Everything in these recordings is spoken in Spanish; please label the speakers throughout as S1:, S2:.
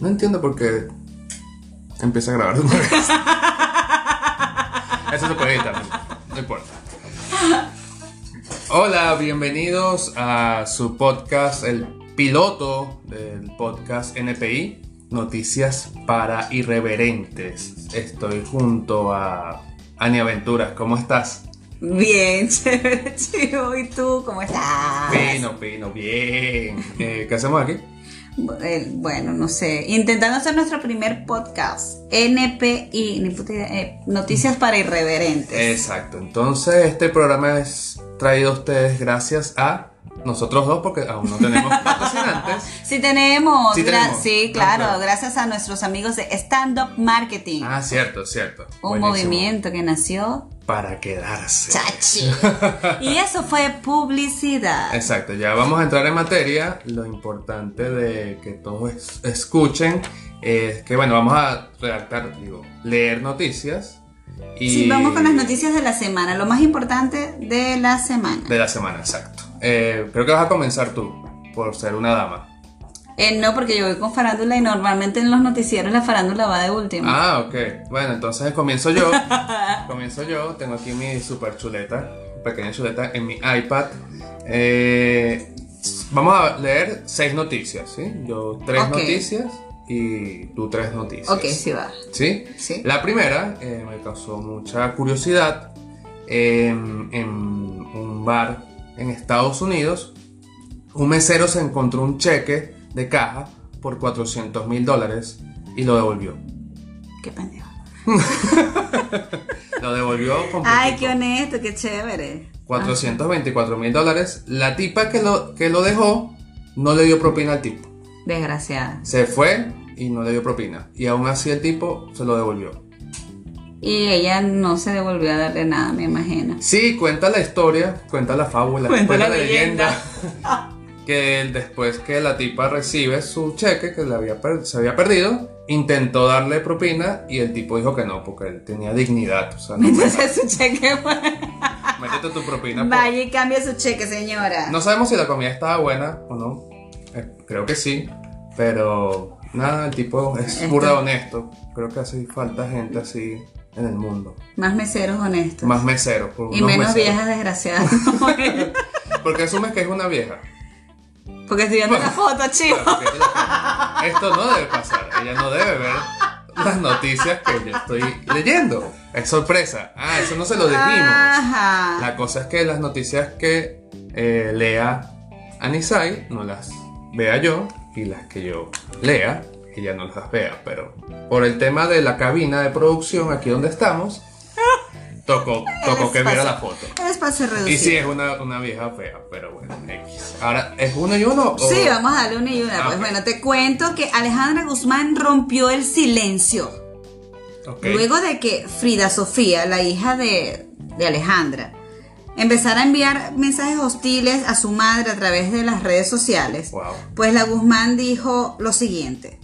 S1: No entiendo por qué empieza a grabar de una vez. Eso se puede editar, no importa. Hola, bienvenidos a su podcast, el piloto del podcast NPI, Noticias para Irreverentes. Estoy junto a Ania Venturas, ¿cómo estás?
S2: Bien, chévere, chivo. ¿Y tú cómo estás?
S1: Pino, pino, bien. Eh, ¿Qué hacemos aquí?
S2: Eh, Bueno, no sé. Intentando hacer nuestro primer podcast. NPI, ni puta idea, eh, Noticias para Irreverentes.
S1: Exacto, entonces este programa es traído a ustedes gracias a nosotros dos porque aún no tenemos patrocinantes.
S2: Sí tenemos,
S1: Sí
S2: gra-
S1: tenemos.
S2: sí,
S1: Ah,
S2: claro,
S1: claro.
S2: gracias a nuestros amigos de Stand Up Marketing,
S1: Ah, cierto, cierto.
S2: un
S1: Buenísimo.
S2: movimiento que nació
S1: Para quedarse.
S2: chachi. y eso fue publicidad.
S1: Exacto, ya vamos a entrar en materia. Lo importante de que todos es- escuchen es que, bueno, vamos a redactar, digo, leer noticias. Y
S2: Sí, vamos con las noticias de la semana, lo más importante de la semana.
S1: De la semana, exacto. Eh, creo que vas a comenzar tú, por ser una dama.
S2: Eh, no, porque yo voy con farándula y normalmente en los noticieros la farándula va de último.
S1: Ah, ok. Bueno, entonces comienzo yo. comienzo yo. Tengo aquí mi super chuleta, pequeña chuleta en mi iPad. Eh, vamos a leer seis noticias, ¿sí? Yo tres
S2: Ok.
S1: noticias y tú tres noticias.
S2: ok, sí va.
S1: ¿Sí?
S2: Sí.
S1: La primera eh, me causó mucha curiosidad. En, en un bar en Estados Unidos, un mesero se encontró un cheque de caja por 400 mil dólares y lo devolvió.
S2: Qué pendejo.
S1: Lo devolvió con
S2: Ay, qué honesto, qué chévere.
S1: 424 mil dólares. La tipa que lo, que lo dejó no le dio propina al tipo.
S2: Desgraciada.
S1: Se fue y no le dio propina. Y aún así el tipo se lo devolvió.
S2: Y ella no se devolvió a darle nada, me imagino.
S1: Sí, cuenta la historia, cuenta la fábula,
S2: Cuenta
S1: cuenta,
S2: la
S1: la leyenda. que él, después que la tipa recibe su cheque que le había per- se había perdido, intentó darle propina y el tipo dijo que no, porque él tenía dignidad. O sea, no,
S2: Entonces su cheque fue.
S1: métete tu propina. por-
S2: Vaya y cambia su cheque, señora.
S1: No sabemos si la comida estaba buena o no. Eh, creo que sí, pero nada, el tipo es
S2: Este-
S1: burda honesto. Creo que hace falta gente así en el mundo.
S2: Más meseros honestos.
S1: Más meseros. por
S2: y
S1: unos
S2: menos
S1: meseros.
S2: viejas desgraciadas como ella.
S1: Porque asumes que es una vieja.
S2: Porque estoy viendo la foto, chico.
S1: Claro, porque ella- Esto no debe pasar. Ella no debe ver las noticias que yo estoy leyendo. Es sorpresa. Ah, eso no se lo dijimos.
S2: Ajá.
S1: La cosa es que las noticias que eh, lea Anisai no las vea yo y las que yo lea ella no las vea. Pero por el tema de la cabina de producción aquí donde estamos, tocó, tocó que viera la foto.
S2: Espacio reducido.
S1: Y sí, es una, una vieja fea, pero bueno, X. Ahora, ¿es uno y uno? o-
S2: Sí, vamos a darle una y una.
S1: oh. Ah,
S2: Pues
S1: ok.
S2: bueno, te cuento que Alejandra Guzmán rompió el silencio.
S1: Ok.
S2: Luego de que Frida Sofía, la hija de, de Alejandra, empezara a enviar mensajes hostiles a su madre a través de las redes sociales,
S1: Wow.
S2: pues la Guzmán dijo lo siguiente.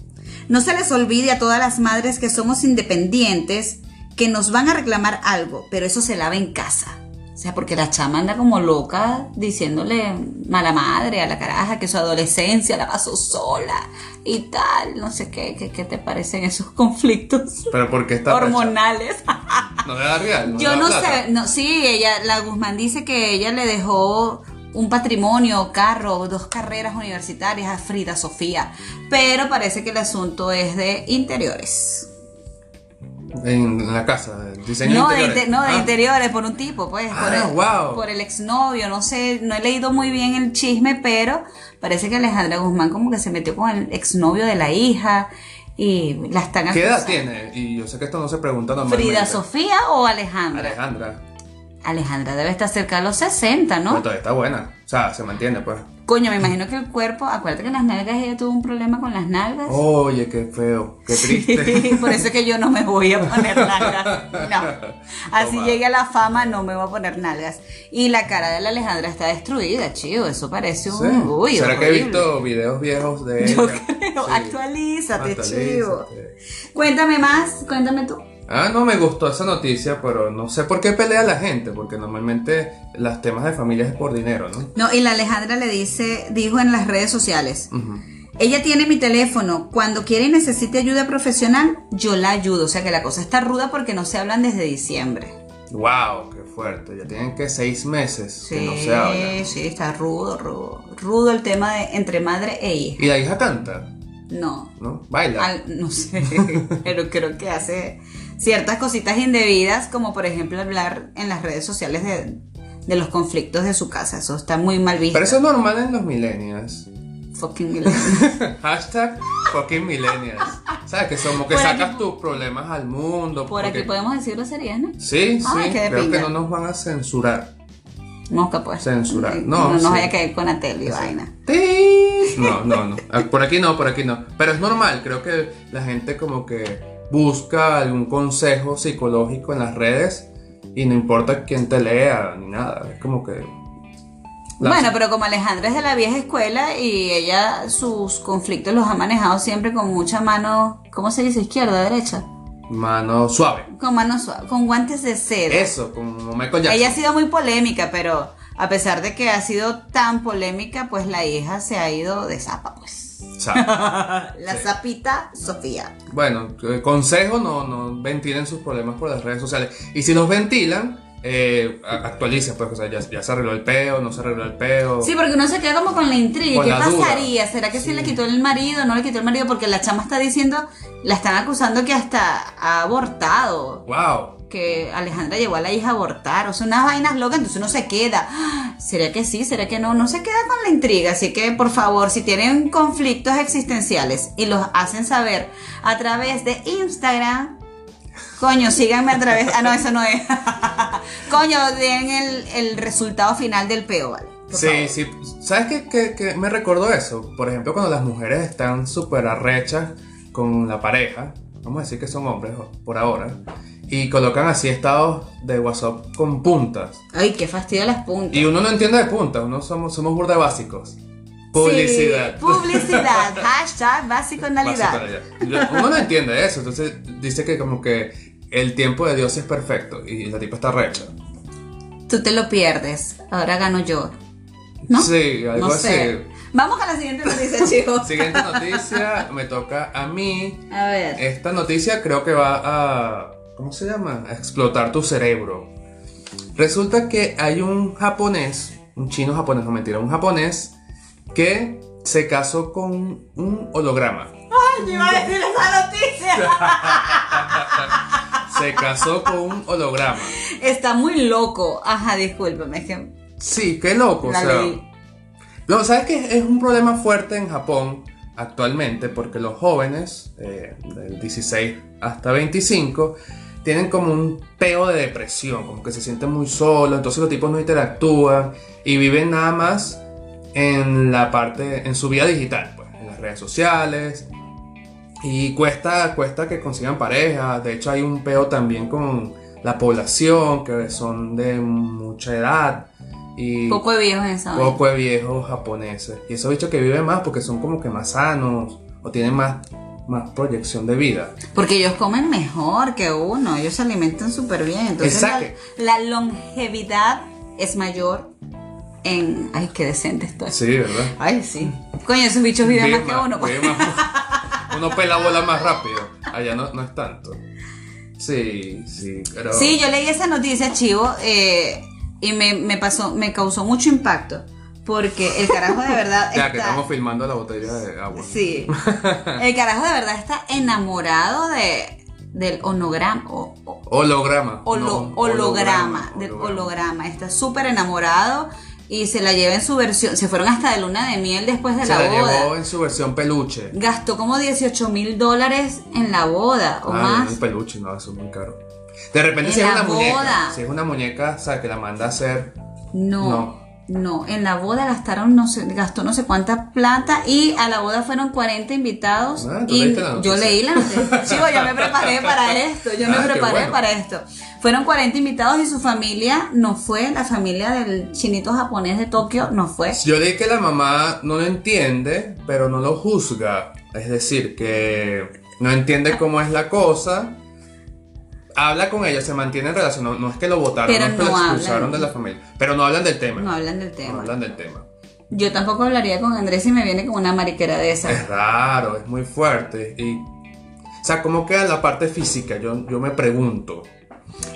S2: No se les olvide a todas las madres que somos independientes que nos van a reclamar algo, pero eso se lava en casa. O sea, porque la chama anda como loca diciéndole mala madre a la caraja que su adolescencia la pasó sola y tal, no sé qué, qué, qué te parecen esos conflictos
S1: Pero porque está
S2: hormonales.
S1: recha? No le da real. le
S2: Yo
S1: da
S2: no
S1: plata.
S2: sé, no, sí, ella, la Guzmán dice que ella le dejó un patrimonio, carro, dos carreras universitarias a Frida Sofía, pero parece que el asunto es de interiores.
S1: En la casa, el diseño
S2: no, de,
S1: interior.
S2: inte- no, de
S1: Ah,
S2: interiores, por un tipo, pues, por,
S1: Ah,
S2: el,
S1: guau.
S2: por el exnovio, no sé, no he leído muy bien el chisme, pero parece que Alejandra Guzmán como que se metió con el exnovio de la hija y la están
S1: ¿Qué edad
S2: acusando.
S1: tiene? Y yo sé que esto no se pregunta normalmente.
S2: ¿Frida Sofía o Alejandra?
S1: Alejandra.
S2: Alejandra debe estar cerca de los 60, ¿no?
S1: Pero todavía está buena. O sea, se mantiene, pues.
S2: Coño, me imagino que el cuerpo, acuérdate que en las nalgas ella tuvo un problema con las nalgas.
S1: Oye, qué feo. Oh, Qué triste.
S2: Por eso es que yo no me voy a poner nalgas. No. Así
S1: Toma.
S2: llegue a la fama, no me voy a poner nalgas. Y la cara de la Alejandra está destruida, chido. Eso parece un.
S1: Sí.
S2: Uy,
S1: ¿Será que he
S2: horrible.
S1: visto videos viejos de
S2: Yo
S1: ella?
S2: creo.
S1: Sí.
S2: Actualízate,
S1: Actualízate.
S2: chivo. Cuéntame más, cuéntame tú.
S1: Ah, no, me gustó esa noticia, pero no sé por qué pelea la gente, porque normalmente los temas de familia es por dinero, ¿no?
S2: No, y la Alejandra le dice, dijo en las redes sociales.
S1: Ujú.
S2: Ella tiene mi teléfono. Cuando quiere y necesite ayuda profesional, yo la ayudo. O sea que la cosa está ruda porque no se hablan desde diciembre.
S1: ¡Wow! ¡Qué fuerte! Ya tienen que seis meses
S2: Sí,
S1: que no se habla.
S2: sí, está rudo, rudo. Rudo el tema de entre madre e hija.
S1: Y la hija canta,
S2: No,
S1: ¿no? Baila.
S2: al- no sé, pero creo que hace ciertas cositas indebidas, como por ejemplo hablar en las redes sociales de, de los conflictos de su casa. Eso está muy mal visto.
S1: Pero eso es normal en los millennials.
S2: Fucking millennials.
S1: Hashtag fucking millennials. ¿Sabes? Que somos que
S2: Por aquí-
S1: sacas tus problemas al mundo.
S2: Por aquí
S1: porque-
S2: podemos decir groserías, ¿no?
S1: Sí, sí.
S2: Ay, qué de
S1: creo
S2: pinga.
S1: que no nos van a censurar.
S2: Mosca, pues.
S1: Censurar.
S2: No,
S1: No,
S2: nos
S1: sí.
S2: vaya a caer con la tele y vaina.
S1: ¡Tii! No, no, no. Ah, Por aquí no, por aquí no. Pero es normal, creo que la gente como que busca algún consejo psicológico en las redes y no importa quién te lea ni nada. Es como que... la-
S2: Bueno, pero como Alejandra es de la vieja escuela y ella sus conflictos los ha manejado siempre con mucha mano, ¿cómo se dice? Izquierda, derecha.
S1: Mano suave.
S2: Con mano suave, con guantes de seda.
S1: Eso, como Michael Jackson.
S2: Ella ha sido muy polémica, pero a pesar de que ha sido tan polémica, pues la hija se ha ido de zapa, pues.
S1: O sea,
S2: La zapita Sofía.
S1: bueno, eh, consejo, no, no ventilen sus problemas por las redes sociales. Y si los ventilan, eh, a- actualicen, pues, o sea, ya, ya se arregló el peo, no se arregló el peo.
S2: Sí, porque uno se queda como con la
S1: Oh.
S2: intriga.
S1: Con
S2: ¿Qué
S1: la duda.
S2: pasaría? ¿Será que sí. le quitó el marido? ¿No le quitó el marido? Porque la chama está diciendo, la están acusando que hasta ha abortado.
S1: ¡Wow!
S2: Que Alejandra llevó a la hija a abortar. O sea, unas vainas locas, entonces uno se queda. ¡Ah! ¿Será que sí? ¿Será que no? No se queda con la intriga. Así que, por favor, si tienen conflictos existenciales y los hacen saber a través de Instagram. Coño, síganme a través. Ah, no, eso no es. Coño, den el, el resultado final del peo, ¿vale? Por
S1: Sí,
S2: favor.
S1: sí. ¿Sabes qué, qué- qué me recordó eso? Por ejemplo, cuando las mujeres están súper arrechas con la pareja, vamos a decir que son hombres por ahora, y colocan así estados de WhatsApp con puntas.
S2: Ay, qué fastidio las puntas.
S1: Y uno no entiende de puntas, uno somos, somos burda de básicos. Publicidad.
S2: Sí, publicidad. Hashtag basiconalidad.
S1: Básicos, ya. Uno no entiende eso, entonces dice que como que el tiempo de Dios es perfecto y la tipa está recha.
S2: Tú te lo pierdes. Ahora gano yo. ¿No?
S1: Sí, algo
S2: no
S1: así.
S2: sé. Vamos con la siguiente noticia, chicos.
S1: Siguiente noticia, me toca a mí.
S2: A ver.
S1: Esta noticia creo que va a... ¿Cómo se llama? A explotar tu cerebro. Resulta que hay un japonés, un chino japonés, no mentira, un japonés que se casó con un holograma.
S2: Ay, iba a decir esa noticia.
S1: Se casó con un holograma.
S2: Está muy loco. Ajá, discúlpame. Es que
S1: Sí, qué loco.
S2: la
S1: o sea,
S2: leí.
S1: Lo sabes que es un problema fuerte en Japón actualmente porque los jóvenes eh, del 16 hasta 25 tienen como un peo de depresión, como que se sienten muy solos, entonces los tipos no interactúan y viven nada más en la parte, en su vida digital, pues, en las redes sociales y cuesta, cuesta que consigan pareja, de hecho hay un peo también con la población que son de mucha edad y
S2: Poco de viejos en esa vaina.
S1: poco de viejos japoneses. Y esos bichos que viven más porque son como que más sanos o tienen más, más proyección de vida.
S2: Porque ellos comen mejor que uno. Ellos se alimentan súper bien. Entonces la,
S1: Exacto.
S2: la longevidad es mayor en... Ay, qué decente estoy.
S1: Sí, ¿verdad?
S2: Ay, sí. Coño, esos bichos viven más
S1: Viven
S2: que
S1: más,
S2: uno. pues.
S1: viven más. uno pela bola más rápido. Allá no, no es tanto. Sí, sí, pero...
S2: Sí, yo leí esa noticia, Chivo, eh, y me, me pasó, me causó mucho impacto. Porque el carajo de verdad
S1: Ya que
S2: está.
S1: estamos filmando la botella de agua.
S2: Sí. El carajo de verdad está enamorado de del holograma. o- o-
S1: Holograma. no,
S2: holo- holograma. Del
S1: holograma.
S2: holograma. Está súper enamorado. Y se la lleva en su versión. Se fueron hasta de luna de miel después de
S1: Se
S2: la,
S1: la
S2: boda.
S1: llevó en su versión peluche.
S2: Gastó como 18 mil dólares en la boda o
S1: Ah,
S2: más.
S1: un peluche, no, eso es muy caro. De repente
S2: En
S1: si es
S2: la
S1: una muñeca,
S2: boda.
S1: si es una muñeca, o sea, que la manda a hacer
S2: No, no.
S1: No.
S2: en la boda gastaron no sé, gastó no sé cuánta plata y a la boda fueron 40 invitados
S1: Ah, tú
S2: y
S1: leíste la noticia.
S2: yo leí la noticia. Chico, yo me preparé para esto, yo me
S1: Ah, qué
S2: preparé
S1: bueno.
S2: para esto. Fueron 40 invitados y su familia no fue, la familia del chinito japonés de Tokio no fue.
S1: Yo leí que la mamá no lo entiende, pero no lo juzga. Es decir, que no entiende cómo es la cosa. Habla con ella, se mantiene en relación. No, no es que lo votaron,
S2: Pero
S1: no es que lo
S2: no hablan.
S1: expulsaron de la familia. Pero no hablan del tema.
S2: No hablan del tema.
S1: No hablan del tema.
S2: Yo tampoco hablaría con Andrés si me viene con una mariquera de
S1: Es
S2: esa.
S1: raro, es muy fuerte. Y, o sea, ¿cómo queda la parte física? Yo, yo me pregunto.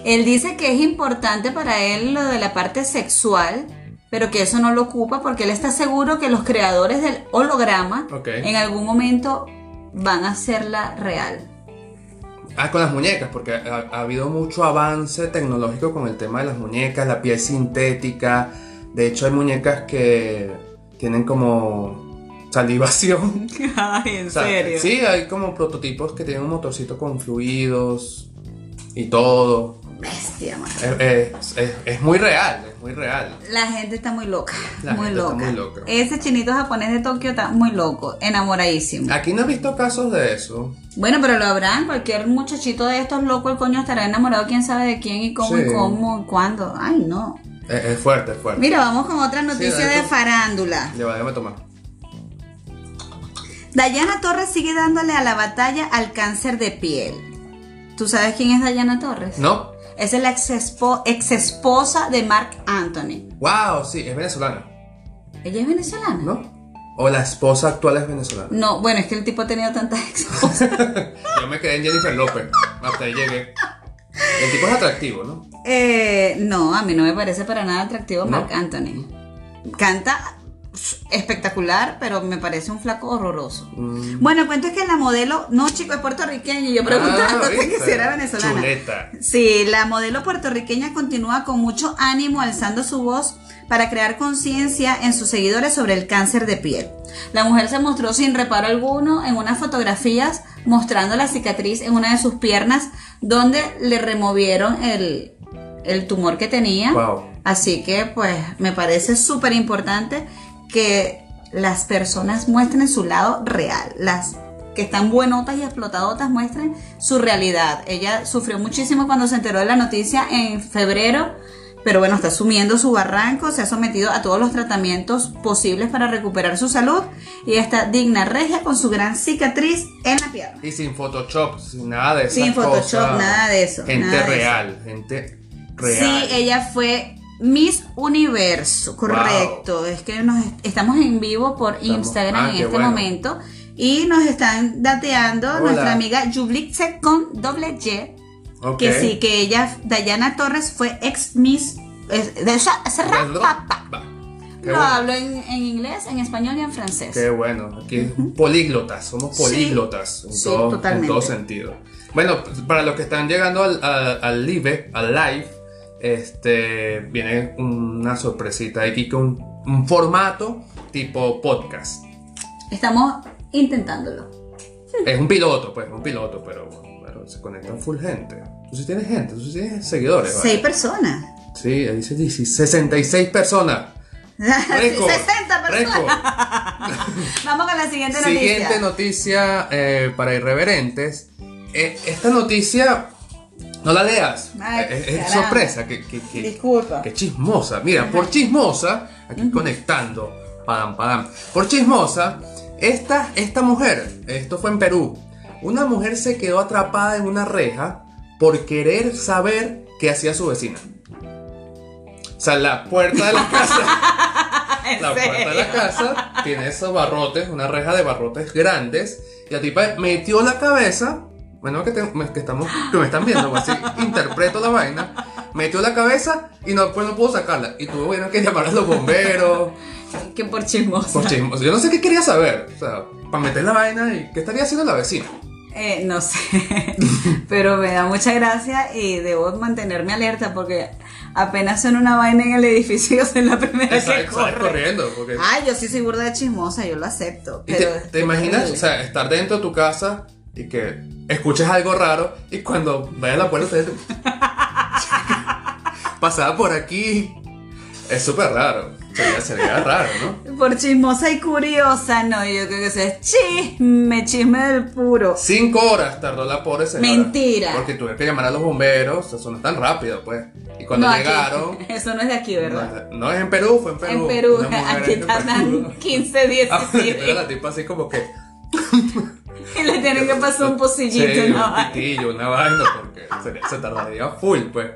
S2: Él dice que es importante para él lo de la parte sexual, pero que eso no lo ocupa porque él está seguro que los creadores del holograma
S1: Ok.
S2: en algún momento van a hacerla real.
S1: Ah, con las muñecas, porque ha, ha habido mucho avance tecnológico con el tema de las muñecas, la piel sintética. De hecho, hay muñecas que tienen como salivación.
S2: Ay, en
S1: O sea, Sí, hay como prototipos que tienen un motorcito con fluidos y todo.
S2: Bestia, madre.
S1: Es, es- es- es muy real, es muy real.
S2: La gente está muy loca.
S1: La
S2: muy
S1: gente está
S2: loca.
S1: muy loca.
S2: Ese chinito japonés de Tokio está muy loco, enamoradísimo.
S1: Aquí no he visto casos de eso.
S2: Bueno, pero lo habrán, cualquier muchachito de estos loco, el coño estará enamorado, quién sabe de quién y cómo
S1: Sí.
S2: y cómo y cuándo. Ay, no.
S1: Es, es fuerte, es fuerte.
S2: Mira, vamos con otra noticia
S1: dale
S2: de
S1: tú.
S2: farándula.
S1: Ya va, déjame tomar.
S2: Dayana Torres sigue dándole a la batalla al cáncer de piel. ¿Tú sabes quién es Dayana Torres?
S1: ¿No?
S2: Es la ex esposa de Mark Anthony.
S1: Wow, sí, es venezolana,
S2: ¿Ella es venezolana?
S1: ¿no? O la esposa actual es venezolana.
S2: No, bueno, es que el tipo ha tenido tantas esposas.
S1: Yo me quedé en Jennifer López. Hasta ahí llegué. El tipo es atractivo, ¿no?
S2: Eh, no, a mí no me parece para nada atractivo
S1: ¿No?
S2: Mark Anthony. Canta espectacular, pero me parece un flaco horroroso.
S1: Mm.
S2: Bueno, el cuento es que la modelo, no chico, es puertorriqueña. y Yo preguntándote
S1: Ah, ¿viste?
S2: que si era venezolana.
S1: Chuleta.
S2: Sí, la modelo puertorriqueña continúa con mucho ánimo alzando su voz para crear conciencia en sus seguidores sobre el cáncer de piel. La mujer se mostró sin reparo alguno en unas fotografías mostrando la cicatriz en una de sus piernas donde le removieron el, el tumor que tenía.
S1: Wow.
S2: Así que pues me parece súper importante que las personas muestren su lado real. Las que están buenotas y explotadotas muestren su realidad. Ella sufrió muchísimo cuando se enteró de la noticia en febrero, pero bueno, está asumiendo su barranco, se ha sometido a todos los tratamientos posibles para recuperar su salud y está digna regia con su gran cicatriz en la pierna.
S1: Y sin Photoshop, sin nada de eso.
S2: Sin Photoshop, nada de eso,
S1: Gente
S2: nada de
S1: real, gente real.
S2: Sí, ella fue Miss Universo, correcto. Es que nos est- estamos en vivo por
S1: Estamos-
S2: Instagram
S1: ah,
S2: en
S1: qué
S2: este
S1: bueno.
S2: momento y nos están dateando
S1: Hola.
S2: nuestra amiga Jublice con doble Y,
S1: Ok.
S2: que sí, que ella, Dayana Torres, fue ex Miss. es- De esa, esa rapapa.
S1: Va. Qué
S2: Lo
S1: bueno.
S2: hablo en, en inglés, en español y en francés.
S1: Qué bueno, aquí políglotas, somos
S2: Sí.
S1: políglotas en,
S2: Sí,
S1: todo, en
S2: totalmente.
S1: todo sentido. Bueno, para los que están llegando al, al, al live, al live, este, viene una sorpresita aquí con un formato tipo podcast.
S2: Estamos intentándolo.
S1: Es un piloto, pues, un piloto, pero, pero se conectan full gente. Tú sí tienes gente, tú sí tienes seguidores. ¿vale?
S2: Seis personas.
S1: Sí, ahí dice 16, 66 personas.
S2: 60 personas.
S1: récord.
S2: Vamos con la siguiente noticia.
S1: Siguiente noticia eh, para irreverentes. Eh, esta noticia no la leas.
S2: Ay,
S1: Eh, es
S2: caramba.
S1: sorpresa, que, que- que-
S2: Disculpa.
S1: que chismosa. Mira, por chismosa, aquí conectando, padam, padam. Por chismosa, esta, esta mujer, esto fue en Perú, una mujer se quedó atrapada en una reja por querer saber qué hacía su vecina. O sea, la puerta de la casa.
S2: ¿En
S1: La puerta de
S2: serio?
S1: la casa tiene esos barrotes, una reja de barrotes grandes. Y la tipa metió la cabeza. Bueno, que, te- me, que estamos, que me están viendo, pues, así interpreto la vaina. Metió la cabeza y no, pues, no pudo sacarla. Y tuvieron que llamar a los bomberos.
S2: Que por chismosa.
S1: Por chismos. Yo no sé qué quería saber. O sea, para meter la vaina y qué estaría haciendo la vecina.
S2: Eh, no sé, pero me da mucha gracia y debo mantenerme alerta porque apenas suena una vaina en el edificio, yo soy la primera
S1: Sale-
S2: que
S1: sale
S2: corre. Ah,
S1: corriendo. Porque...
S2: Ay, yo sí soy burda de chismosa, yo lo acepto.
S1: Y
S2: Pero
S1: te, te imaginas, o sea, estar dentro de tu casa y que escuches algo raro y cuando vayas a la puerta te pasaba por aquí. Es súper raro. Sería, sería raro, ¿no?
S2: Por chismosa y curiosa, no, yo creo que eso es chisme, chisme del puro.
S1: Cinco horas tardó la pobre señora.
S2: Mentira.
S1: Porque tuve que llamar a los bomberos, o sea, eso no es tan rápido, pues. Y cuando
S2: No, aquí-
S1: llegaron.
S2: eso no es de aquí, ¿verdad?
S1: No, no es en Perú, fue en Perú.
S2: en Perú,
S1: Una mujer
S2: aquí
S1: en Perú.
S2: tardan 15, 10
S1: Ah, porque era la tipa así como que.
S2: y le tienen que pasar un pocillito.
S1: Sí,
S2: ¿no?
S1: un pitillo, una vaina, porque se, se tardaría full, pues.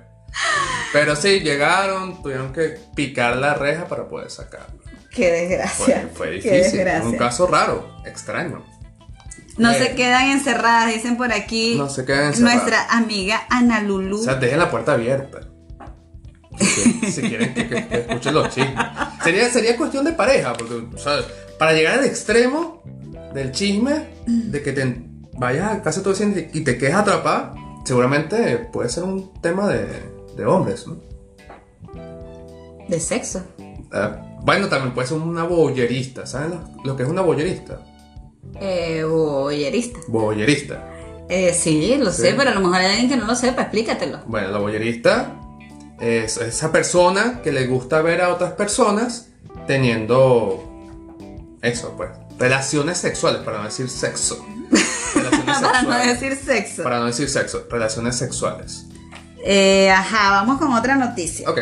S1: Pero sí, llegaron, tuvieron que picar la reja para poder sacarlo.
S2: Qué
S1: Fue,
S2: desgracia.
S1: fue
S2: Qué
S1: difícil.
S2: desgracia.
S1: Un caso raro, extraño.
S2: No
S1: Eh,
S2: se quedan encerradas, dicen por aquí.
S1: No se quedan encerradas.
S2: Nuestra amiga Ana Lulú.
S1: O sea, dejen la puerta abierta. Si quieren- si quieren que, que- que escuchen los chismes. Sería, sería cuestión de pareja, porque, o sea, para llegar al extremo del chisme, de que te vayas a casa todo diciendo y te quedes atrapada, seguramente puede ser un tema de, de hombres, ¿no?
S2: de sexo.
S1: Ah, bueno, también puede ser una boyerista, ¿saben lo, lo que es una boyerista?
S2: Eh, boyerista.
S1: Boyerista.
S2: Eh, sí, lo
S1: Sí.
S2: sé, pero a lo mejor hay alguien que no lo sepa, explícatelo.
S1: Bueno, la boyerista es esa persona que le gusta ver a otras personas teniendo eso, pues. Relaciones sexuales, para no decir sexo. Relaciones
S2: Para no
S1: sexuales.
S2: decir sexo.
S1: Para no decir sexo, relaciones sexuales.
S2: Eh, ajá, vamos con otra noticia.
S1: Ok,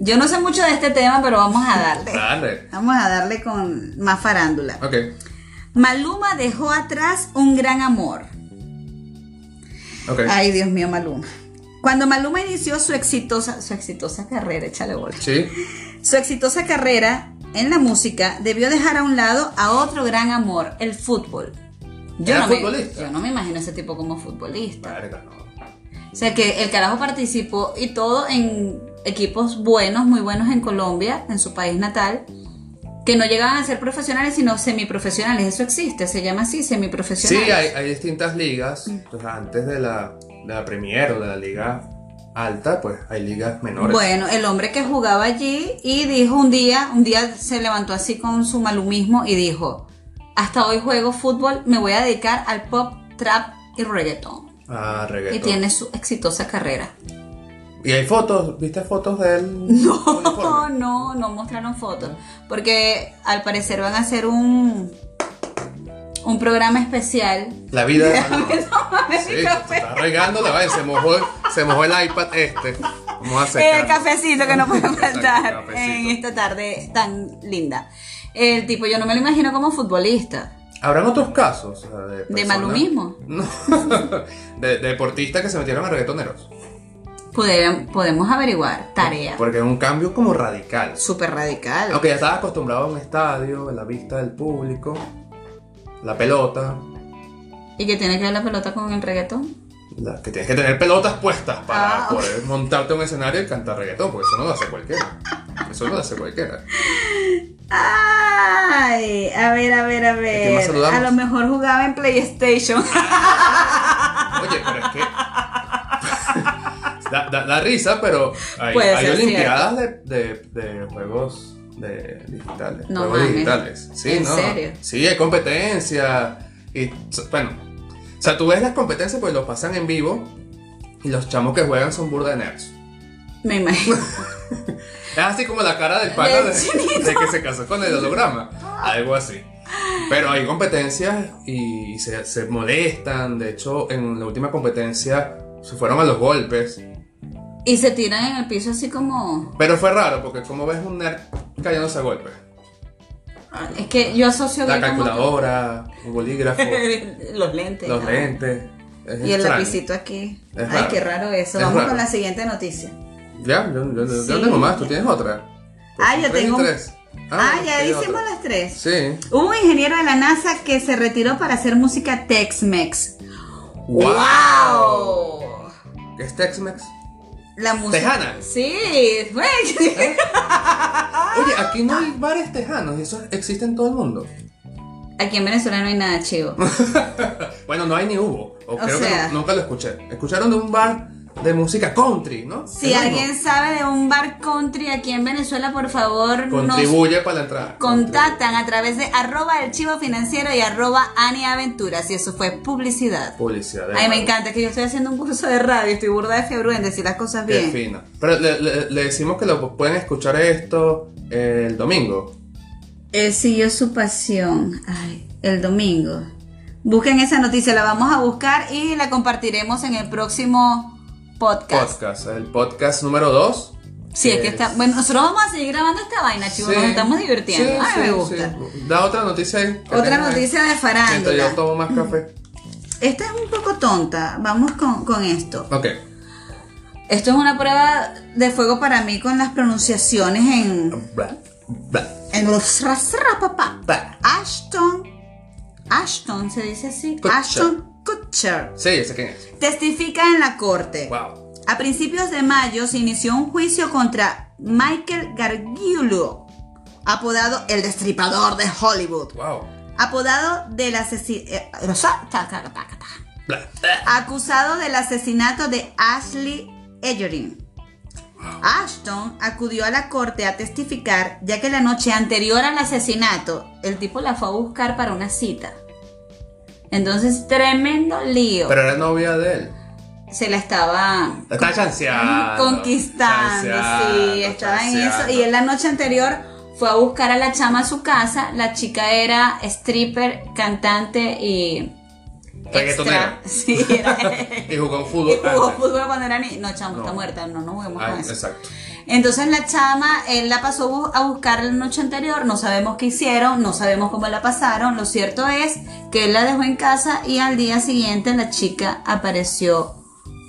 S2: Yo no sé mucho de este tema, pero vamos a darle.
S1: dale.
S2: Vamos a darle con más farándula.
S1: Ok,
S2: Maluma dejó atrás un gran amor.
S1: ok.
S2: Ay, Dios mío, Maluma. Cuando Maluma inició su exitosa, su exitosa carrera, échale bola.
S1: Sí,
S2: Su exitosa carrera en la música debió dejar a un lado a otro gran amor, el fútbol.
S1: ¿Era
S2: no me-
S1: futbolista?
S2: yo no me imagino a ese tipo como futbolista.
S1: verga, no.
S2: O sea que el carajo participó y todo en equipos buenos, muy buenos en Colombia, en su país natal, que no llegaban a ser profesionales, sino semiprofesionales. Eso existe, se llama así,
S1: Sí,
S2: semiprofesionales.
S1: hay, hay distintas ligas. Pues antes de la, de la Premier o de la liga alta, pues hay ligas menores.
S2: Bueno, el hombre que jugaba allí y dijo un día, un día se levantó así con su malumismo y dijo, hasta hoy juego fútbol, me voy a dedicar al pop, trap y reggaetón.
S1: Ah,
S2: Y
S1: reggaetón.
S2: tiene su exitosa carrera.
S1: ¿Y hay fotos? ¿Viste fotos de él?
S2: No, no, no mostraron fotos. Porque al parecer van a hacer un, un programa especial.
S1: La vida de Maluma.
S2: Tómame
S1: Ah, Sí,
S2: mi
S1: se
S2: café.
S1: está regando la vaina, se mojó, se mojó el iPad este. Vamos a secar.
S2: El cafecito que no puede
S1: Exacto,
S2: faltar
S1: cafecito.
S2: en esta tarde tan linda. El tipo, yo no me lo imagino como futbolista.
S1: ¿Habrán otros casos? o sea, ¿De, personas-
S2: malumismo?
S1: No. De, de deportistas que se metieron a reggaetoneros.
S2: Podrían- podemos averiguar. Tarea.
S1: Porque es un cambio como radical.
S2: Súper radical.
S1: Aunque ya estabas acostumbrado a un estadio, a la vista del público, la pelota.
S2: ¿Y que tiene que ver la pelota con el reggaetón?
S1: la- que tienes que tener pelotas puestas para
S2: Ah, ok.
S1: poder montarte a un escenario y cantar reggaetón, porque eso no lo hace cualquiera. Eso no lo hace cualquiera.
S2: Ay, a ver, a ver,
S1: quién
S2: a
S1: más
S2: ver.
S1: saludamos?
S2: A lo mejor jugaba en PlayStation.
S1: Oye, pero es que. da, da- da risa, pero hay,
S2: Puede
S1: hay
S2: ser
S1: olimpiadas de, de- de juegos de digitales.
S2: No
S1: juegos
S2: mames.
S1: digitales. Sí,
S2: ¿En
S1: no.
S2: serio?
S1: Sí, hay competencia. Y so- bueno. O sea, tú ves las competencias pues los pasan en vivo. Y los chamos que juegan son burda de nerds.
S2: Me imagino.
S1: Es Ah, así como la cara del pana
S2: Del
S1: de,
S2: chinito.
S1: de que se casó con el holograma. Algo así. Pero hay competencias y se, se molestan. De hecho, en la última competencia se fueron a los golpes.
S2: Y se tiran en el piso así como...
S1: Pero fue raro porque como ves un nerd cayéndose a golpes.
S2: Es que yo asocio
S1: La
S2: bien como-
S1: calculadora, un bolígrafo,
S2: los lentes.
S1: los
S2: ¿no?
S1: lentes. Es
S2: Y el
S1: extraño.
S2: lapicito aquí.
S1: Es
S2: Ay,
S1: raro.
S2: qué raro eso.
S1: Es
S2: Vamos
S1: raro.
S2: con la siguiente noticia.
S1: Ya, yo, yo- yo
S2: Sí.
S1: no tengo más, tú tienes otra.
S2: Ah,
S1: Son
S2: yo
S1: tres y
S2: tengo-
S1: tres.
S2: Ah, ya
S1: tienes
S2: hicimos
S1: otra.
S2: las tres.
S1: Sí.
S2: Hubo un ingeniero de la NASA que se retiró para hacer música Tex-Mex. ¡Wow!
S1: ¿Qué es Tex-Mex?
S2: La música.
S1: ¿Tejana?
S2: Sí, güey.
S1: Oye, aquí no hay bares tejanos y eso existe en todo el mundo.
S2: Aquí en Venezuela no hay nada chivo.
S1: Bueno, no hay ni hubo. O,
S2: O
S1: creo
S2: sea.
S1: que no- nunca lo escuché. Escucharon de un bar de música country, ¿no?
S2: Si
S1: Es lo
S2: alguien sabe de un bar country aquí en Venezuela, por favor,
S1: mismo.
S2: nos
S1: Contribuye para la entrada.
S2: contactan a través de arroba el chivo financiero y arroba Ani Aventuras. Y eso fue publicidad.
S1: Publicidad. de
S2: Ay, me
S1: nuevo.
S2: encanta que yo estoy haciendo un curso de radio, estoy burda de fiebre en decir las cosas
S1: Qué
S2: bien.
S1: fino. Pero le, le- le decimos que lo pueden escuchar esto el domingo.
S2: Él siguió su pasión. Ay, el domingo. Busquen esa noticia, la vamos a buscar y la compartiremos en el próximo podcast.
S1: Podcast, el podcast número 2.
S2: Sí, es que está. Bueno, nosotros vamos a seguir grabando esta vaina, chicos. Nos estamos divirtiendo. Ay, me gusta.
S1: Da otra noticia ahí. que
S2: Otra
S1: tengan ahí,
S2: noticia de
S1: Mientras yo
S2: farándula.
S1: tomo más café.
S2: Esta es un poco tonta. Vamos con, con esto.
S1: Ok.
S2: Esto es una prueba de fuego para mí con las pronunciaciones en.
S1: Bla, bla,
S2: En los rasra, papá.
S1: bla.
S2: Ashton. Ashton se dice así.
S1: Kutcher.
S2: Ashton Kutcher.
S1: Sí, ya sé quién es.
S2: Testifica en la corte.
S1: Wow.
S2: A principios de mayo se inició un juicio contra Michael Gargiulo, apodado el destripador de Hollywood,
S1: Wow.
S2: apodado del eh, asesino,
S1: Bla, bla.
S2: acusado del asesinato de Ashley Egerin. Ashton acudió a la corte a testificar, ya que la noche anterior al asesinato, el tipo la fue a buscar para una cita. Entonces, tremendo lío.
S1: Pero era novia de él.
S2: se la estaba
S1: La estaba chanceando.
S2: conquistando, sí,
S1: chanceando,
S2: estaba en eso.
S1: chanceando.
S2: Y en la noche anterior fue a buscar a la chama a su casa. La chica era stripper, cantante y.
S1: Reggaetonera.
S2: extra. Sí, era.
S1: Y jugó fútbol.
S2: y jugó
S1: antes.
S2: fútbol cuando era ni. No, chama,
S1: No.
S2: está muerta, no nos juguemos
S1: Ah,
S2: con eso.
S1: exacto.
S2: Entonces la chama, él la pasó bu- a buscar la noche anterior, no sabemos qué hicieron, no sabemos cómo la pasaron, lo cierto es que él la dejó en casa y al día siguiente la chica apareció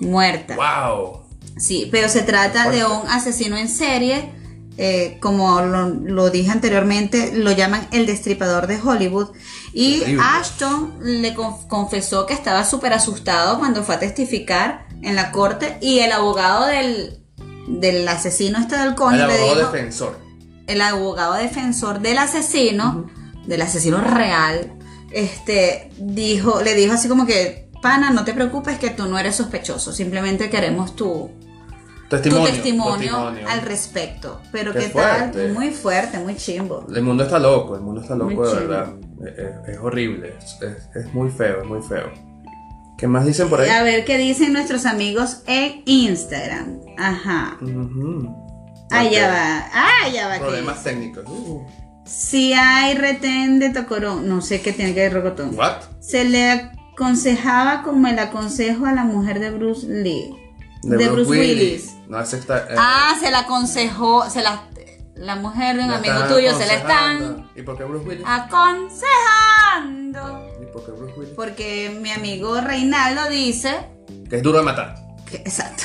S2: muerta.
S1: Wow.
S2: Sí, pero se trata de un asesino en serie, eh, como lo, lo dije anteriormente, lo llaman el destripador de Hollywood. Y
S1: Terrible.
S2: Ashton le conf- confesó que estaba súper asustado cuando fue a testificar en la corte y el abogado del, del asesino este del
S1: El
S2: conde le
S1: abogado
S2: dijo,
S1: defensor.
S2: el abogado defensor del asesino, del asesino real, este, dijo, le dijo así como que, pana, no te preocupes que tú no eres sospechoso, simplemente queremos tu, tu
S1: Testimonio.
S2: testimonio,
S1: testimonio.
S2: al respecto. Pero
S1: Qué
S2: qué, tal,
S1: fuerte.
S2: muy fuerte, muy chimbo.
S1: El mundo está loco, el mundo está loco
S2: Muy
S1: de
S2: chido.
S1: verdad. Es, es- es horrible, es, es- es muy feo, es muy feo. ¿Qué más dicen por ahí?
S2: A ver qué dicen nuestros amigos en Instagram. Ajá.
S1: Ujú.
S2: Ah,
S1: Ok.
S2: ya va. Ah, ya va. que
S1: Problemas técnicos. Uh,
S2: Si hay retén de Tocorón, no sé qué tiene que ver Rocotón.
S1: what?
S2: Se le aconsejaba como el aconsejo a la mujer de Bruce Lee. De, Bruce, Willis.
S1: No, ese está. eh,
S2: Ah, se la aconsejó, se la, la mujer de un
S1: la
S2: amigo
S1: están
S2: tuyo se la están Ah.
S1: aconsejando. ¿Y por qué Bruce Willis?
S2: aconsejando.
S1: ¿Y por qué Bruce Willis?
S2: Porque mi amigo Reinaldo dice
S1: Que es duro de matar.
S2: que- exacto.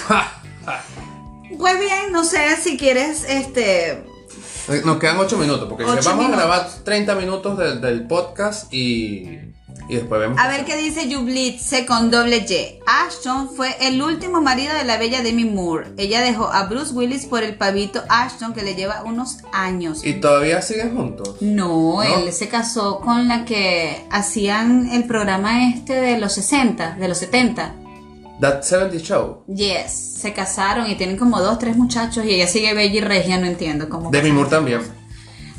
S2: Pues bien, no sé si quieres este
S1: Eh, Nos quedan 8 minutos, porque
S2: Ocho
S1: vamos
S2: minutos.
S1: a grabar 30 minutos del, del podcast y, y después vemos.
S2: a ver qué dice Jublitze con doble Y. Ashton fue el último marido de la bella Demi Moore. Ella dejó a Bruce Willis por el pavito Ashton que le lleva unos años.
S1: ¿Y todavía siguen juntos?
S2: No, él se casó con la que hacían el programa este de los 60, de los 70.
S1: That 70 Show.
S2: Yes, se casaron y tienen como dos, tres muchachos y ella sigue bella y regia, no entiendo cómo.
S1: Demi Moore también.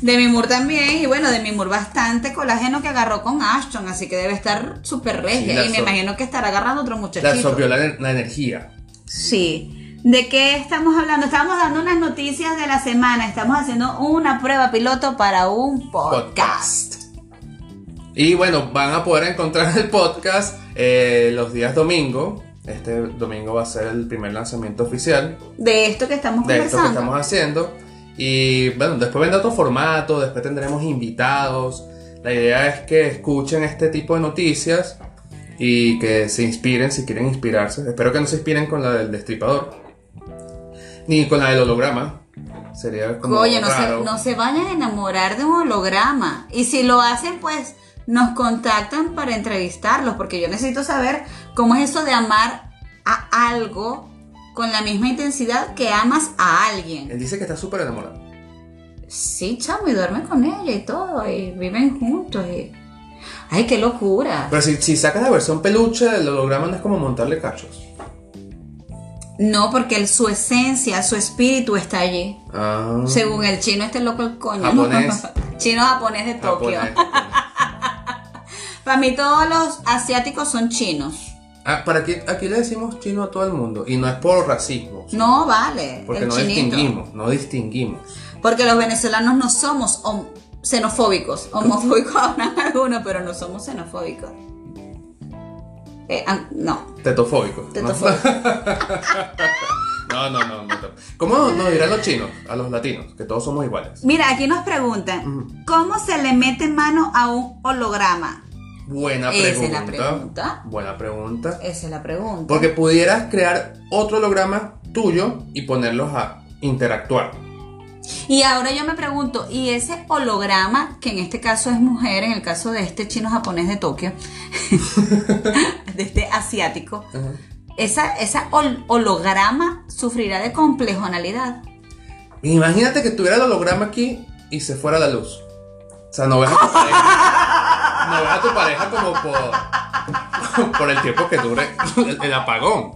S2: Demi Moore también, y bueno, Demi Moore bastante colágeno que agarró con Ashton, así que debe estar súper
S1: Sí,
S2: regia.
S1: la
S2: y me
S1: so-
S2: imagino que estará agarrando otro
S1: La
S2: muchachito.
S1: absorbió la, la energía.
S2: sí. ¿De qué estamos hablando? Estamos dando unas noticias de la semana. Estamos haciendo una prueba piloto para un podcast.
S1: Y bueno, van a poder encontrar el podcast eh, los días domingo. Este domingo va a ser el primer lanzamiento oficial
S2: De esto que estamos
S1: de esto que
S2: conversando.
S1: estamos haciendo. Y bueno, después vendrá otro formato, después tendremos invitados. La idea es que escuchen este tipo de noticias y que se inspiren si quieren inspirarse. Espero que no se inspiren con la del destripador, ni con la del holograma. Sería como
S2: Oye, no se,
S1: raro.
S2: no se vayan a enamorar de un holograma. Y si lo hacen, pues nos contactan para entrevistarlos, porque yo necesito saber cómo es eso de amar a algo con la misma intensidad que amas a alguien.
S1: Él dice que está súper enamorado.
S2: Sí, chamo, y duerme con ella y todo, y viven juntos. Y... Ay, qué locura.
S1: Pero si, si sacas la versión peluche del holograma no es como montarle cachos.
S2: No, porque el- su esencia, su espíritu está allí.
S1: Ah,
S2: Según el chino, este loco el coño.
S1: Japonés.
S2: chino japonés de Tokio.
S1: japonés.
S2: Para mí todos los asiáticos son chinos.
S1: Ah, para aquí, aquí le decimos chino a todo el mundo y no es por racismo,
S2: No vale.
S1: porque
S2: el
S1: no
S2: chinito.
S1: distinguimos, no distinguimos.
S2: Porque los venezolanos no somos hom- xenofóbicos. Homofóbicos habrán algunos, pero no somos xenofóbicos. Eh, ah, no.
S1: Tetofóbico. ¿no?
S2: Tetofóbico.
S1: No, no, no, no. ¿Cómo nos dirán los chinos a los latinos? Que todos somos iguales.
S2: Mira, aquí nos preguntan, ¿cómo se le mete mano a un holograma?
S1: Buena
S2: Esa
S1: pregunta.
S2: es la pregunta.
S1: Buena pregunta.
S2: Esa es la pregunta.
S1: Porque pudieras crear otro holograma tuyo y ponerlos a interactuar.
S2: Y ahora yo me pregunto, ¿y ese holograma, que en este caso es mujer, en el caso de este chino japonés de Tokio, de este asiático,
S1: Ajá.
S2: esa, esa hol- holograma sufrirá de complejonalidad?
S1: Imagínate que tuviera el holograma aquí y se fuera la luz. O sea, no ves a tu pareja. No ves a tu pareja como por, por el tiempo que dure el, el apagón.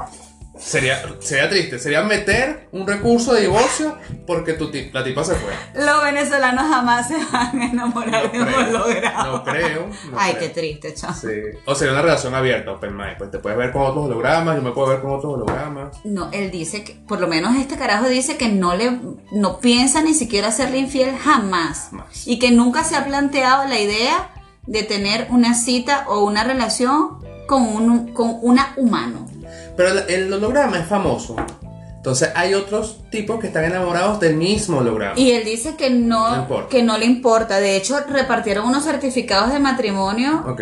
S1: Sería, sería triste. Sería meter un recurso de divorcio porque tu, ti- la tipa se fue.
S2: Los venezolanos jamás se van a enamorar de un holograma.
S1: no creo. no
S2: Ay, qué
S1: creo.
S2: triste, chao.
S1: Sí. O sería una relación abierta, open mind. Pues te puedes ver con otros hologramas, yo me puedo ver con otros hologramas.
S2: No, él dice que, por lo menos este carajo dice que no le, no piensa ni siquiera serle infiel jamás.
S1: Jamás.
S2: Y que nunca se ha planteado la idea de tener una cita o una relación con un, con una humano.
S1: Pero el, el holograma es famoso. Entonces hay otros tipos que están enamorados del mismo holograma.
S2: Y él dice que no,
S1: No importa.
S2: que no le importa. De hecho, repartieron unos certificados de matrimonio
S1: Ok.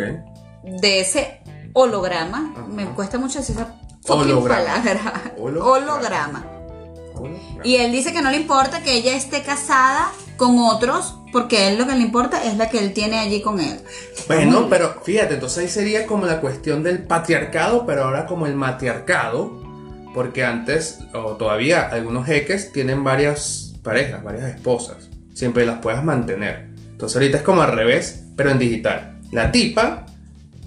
S2: de ese holograma.
S1: Ajá.
S2: Me cuesta mucho decir esa fucking
S1: Holograma.
S2: palabra.
S1: Holograma.
S2: holograma. Y él dice que no le importa que ella esté casada con otros, porque a él lo que le importa es la que él tiene allí con él.
S1: Bueno, pero fíjate, entonces ahí sería como la cuestión del patriarcado, pero ahora como el matriarcado, porque antes, o todavía algunos jeques tienen varias parejas, varias esposas, siempre las puedas mantener. Entonces ahorita es como al revés, pero en digital. La tipa,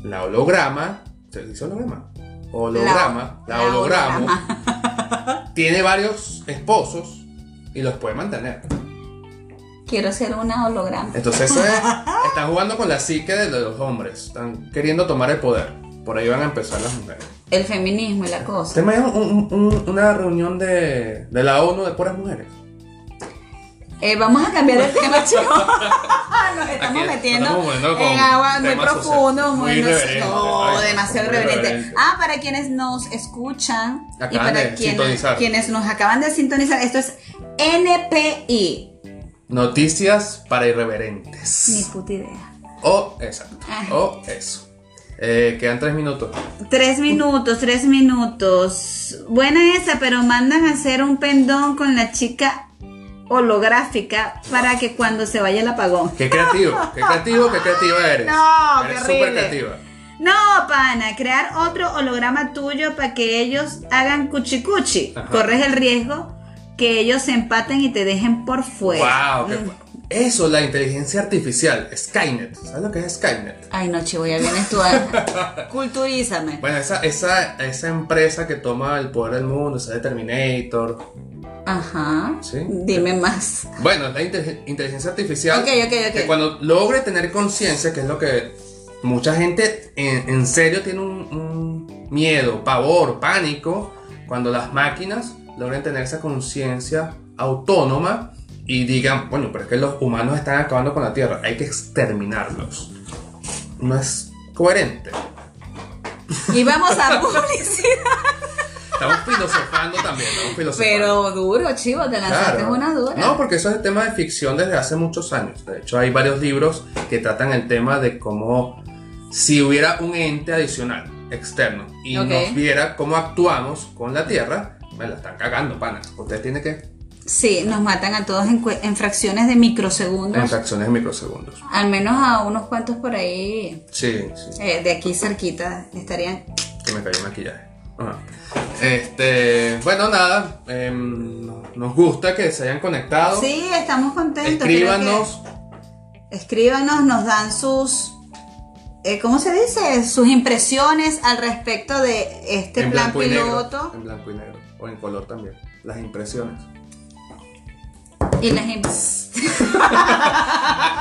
S1: la holograma, ¿se dice holograma? Holograma, la,
S2: la
S1: holograma,
S2: holograma.
S1: tiene varios esposos y los puede mantener.
S2: Quiero ser una holograma.
S1: Entonces eh, están jugando con la psique de los hombres. Están queriendo tomar el poder. Por ahí van a empezar las mujeres.
S2: El feminismo y la cosa.
S1: ¿Te imaginas un- un- un- una reunión de, de la ONU de puras mujeres?
S2: Eh, vamos a cambiar de tema, chicos. Nos estamos
S1: Aquí
S2: metiendo
S1: estamos poniendo con
S2: en agua muy
S1: temas
S2: profundo,
S1: sociales.
S2: muy,
S1: Muy
S2: no sé,
S1: irreverente,
S2: no,
S1: ay,
S2: demasiado
S1: muy
S2: irreverente.
S1: irreverente.
S2: Ah, para quienes nos escuchan y
S1: Acaban
S2: para
S1: de
S2: quienes,
S1: sintonizar.
S2: quienes nos acaban de sintonizar, esto es NPI.
S1: Noticias para
S2: Ni
S1: irreverentes.
S2: puta idea.
S1: O exacto.
S2: Ay.
S1: O eso. Eh, quedan tres minutos.
S2: Tres minutos, tres minutos. Buena esa, pero mandan a hacer un pendón con la chica holográfica para que cuando se vaya el apagón.
S1: Qué creativo, qué creativo, qué creativa eres.
S2: No,
S1: eres
S2: qué
S1: súper
S2: horrible.
S1: creativa.
S2: No, pana, crear otro holograma tuyo para que ellos hagan cuchicuchi.
S1: Ajá.
S2: Corres el riesgo que ellos se empaten y te dejen por fuera.
S1: Wow, qué bueno. Eso, la inteligencia artificial, Skynet. ¿Sabes lo que es Skynet?
S2: Ay, no, chivo, ya vienes tú a... Culturízame.
S1: Bueno, esa, esa, esa empresa que toma el poder del mundo, esa de Terminator.
S2: Ajá.
S1: Sí.
S2: Dime más.
S1: Bueno, es la inte- inteligencia artificial.
S2: Ok, ok, ok.
S1: Que cuando logre tener conciencia, que es lo que mucha gente en, en serio tiene un, un miedo, pavor, pánico, cuando las máquinas logren tener esa conciencia autónoma y digan, bueno, pero es que los humanos están acabando con la Tierra, hay que exterminarlos. No es coherente.
S2: Y vamos a publicidad.
S1: Estamos filosofando también, estamos filosofando.
S2: Pero duro, chivo, te lanzaste
S1: Claro.
S2: una dura.
S1: No, porque eso es el tema de ficción desde hace muchos años. De hecho, hay varios libros que tratan el tema de cómo si hubiera un ente adicional, externo, y
S2: Ok.
S1: nos viera cómo actuamos con la Tierra, me la están cagando, pana. Usted tiene que...
S2: Sí, nos matan a todos en, cue- en fracciones de microsegundos.
S1: En fracciones de microsegundos.
S2: Al menos a unos cuantos por ahí,
S1: Sí, sí.
S2: eh, de aquí cerquita, estarían.
S1: Que me cayó el maquillaje. Ajá. Este, bueno, nada. em, nos gusta que se hayan conectado.
S2: Sí, estamos contentos. creo
S1: Oh. Escríbanos.
S2: que- escríbanos, nos dan sus. eh, ¿Cómo se dice? Sus impresiones al respecto de este
S1: en
S2: plan
S1: blanco y negro,
S2: piloto.
S1: en blanco y negro. O en color también. Las impresiones.
S2: Y las, im-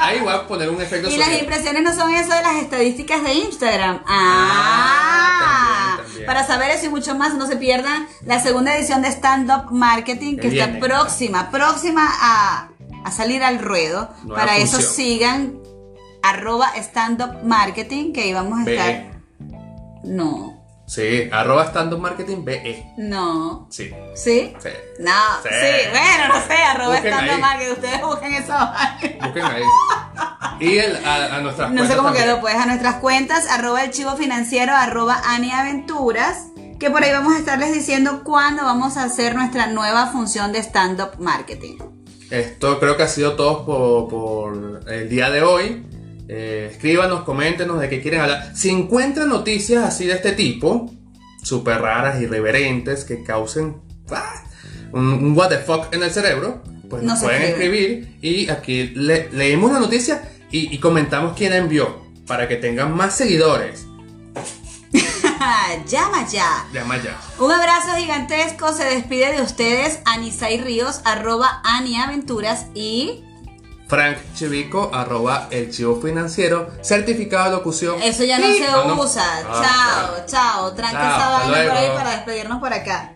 S1: Ahí voy a poner un efecto
S2: y las
S1: sonoro.
S2: impresiones no son eso de las estadísticas de Instagram.
S1: Ah,
S2: Ah,
S1: también, también.
S2: para saber eso y mucho más, no se pierdan la segunda edición de Stand Up Marketing que
S1: Que
S2: está
S1: viene.
S2: próxima, próxima a, a salir al ruedo.
S1: Nueva
S2: para eso
S1: función.
S2: sigan arroba Stand Up Marketing que ahí vamos a
S1: BE.
S2: estar. No,
S1: Sí, arroba stand up marketing BE.
S2: no,
S1: Sí,
S2: ¿sí?
S1: sí.
S2: No, sí.
S1: Sí.
S2: bueno, no sé, arroba
S1: Busquen
S2: Stand Up
S1: ahí.
S2: Marketing, ustedes busquen eso.
S1: Busquen ahí. Y el- a, a nuestras
S2: No sé
S1: cuentas
S2: cómo
S1: también.
S2: quedó, pues a nuestras cuentas, arroba el chivo financiero, arroba Ani Aventuras, Que por ahí vamos a estarles diciendo cuándo vamos a hacer nuestra nueva función de stand-up marketing.
S1: Esto creo que ha sido todo por, por el día de hoy. Eh, escríbanos, coméntenos de qué quieren hablar. Si encuentran noticias así de este tipo, súper raras, irreverentes, que causen ah, un, un what the fuck en el cerebro, pues nos
S2: Nos
S1: pueden
S2: escriben.
S1: escribir y aquí le- leemos la noticia y, y comentamos quién la envió para que tengan más seguidores.
S2: Llama ya.
S1: Llama ya.
S2: Un abrazo gigantesco. Se despide de ustedes Anisay Ríos, arroba Aniaventuras y
S1: Frank Chivico, arroba el chivo financiero, certificado de locución.
S2: eso ya no
S1: Sí.
S2: se
S1: Ah, no.
S2: usa.
S1: Ah,
S2: chao, chao. Tranca
S1: Chao,
S2: esa
S1: hasta
S2: vaina por ahí
S1: luego.
S2: para despedirnos por acá.